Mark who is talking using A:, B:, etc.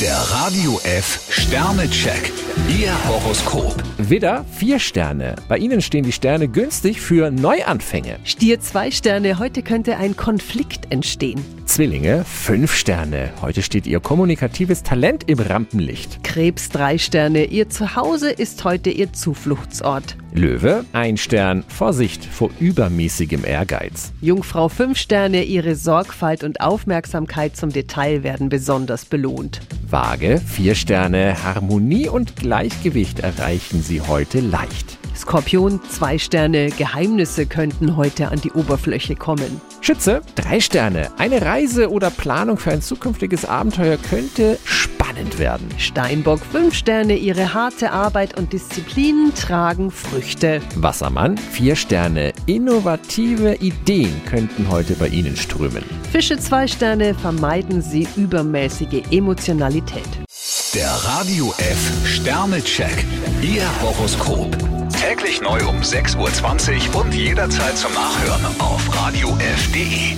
A: Der Radio F Sternecheck. Ihr Horoskop.
B: Widder, vier Sterne. Bei Ihnen stehen die Sterne günstig für Neuanfänge.
C: Stier zwei Sterne, heute könnte ein Konflikt entstehen.
B: Zwillinge, fünf Sterne. Heute steht Ihr kommunikatives Talent im Rampenlicht.
C: Krebs drei Sterne, Ihr Zuhause ist heute Ihr Zufluchtsort.
B: Löwe, ein Stern. Vorsicht vor übermäßigem Ehrgeiz.
C: Jungfrau fünf Sterne, Ihre Sorgfalt und Aufmerksamkeit zum Detail werden besonders belohnt.
B: Waage, vier Sterne. Harmonie und Gleichgewicht erreichen Sie heute leicht.
C: Skorpion zwei Sterne, Geheimnisse könnten heute an die Oberfläche kommen.
B: Schütze, drei Sterne. Eine Reise oder Planung für ein zukünftiges Abenteuer könnte spannend werden.
C: Steinbock fünf Sterne, Ihre harte Arbeit und Disziplin tragen Früchte.
B: Wassermann, vier Sterne. Innovative Ideen könnten heute bei Ihnen strömen.
C: Fische zwei Sterne, vermeiden Sie übermäßige Emotionalität.
A: Der Radio F Sternecheck. Ihr Horoskop. Täglich neu um 6.20 Uhr und jederzeit zum Nachhören auf Radio radiof.de.